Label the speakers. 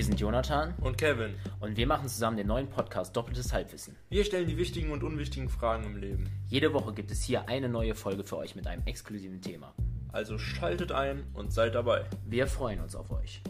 Speaker 1: sind Jonathan
Speaker 2: Und Kevin,
Speaker 1: und wir machen zusammen den neuen Podcast Doppeltes Halbwissen.
Speaker 2: wir stellen die wichtigen und unwichtigen Fragen im Leben.
Speaker 1: Jede Woche gibt es hier eine neue Folge für euch mit einem exklusiven Thema.
Speaker 2: Also schaltet ein und seid dabei.
Speaker 1: Wir freuen uns auf euch.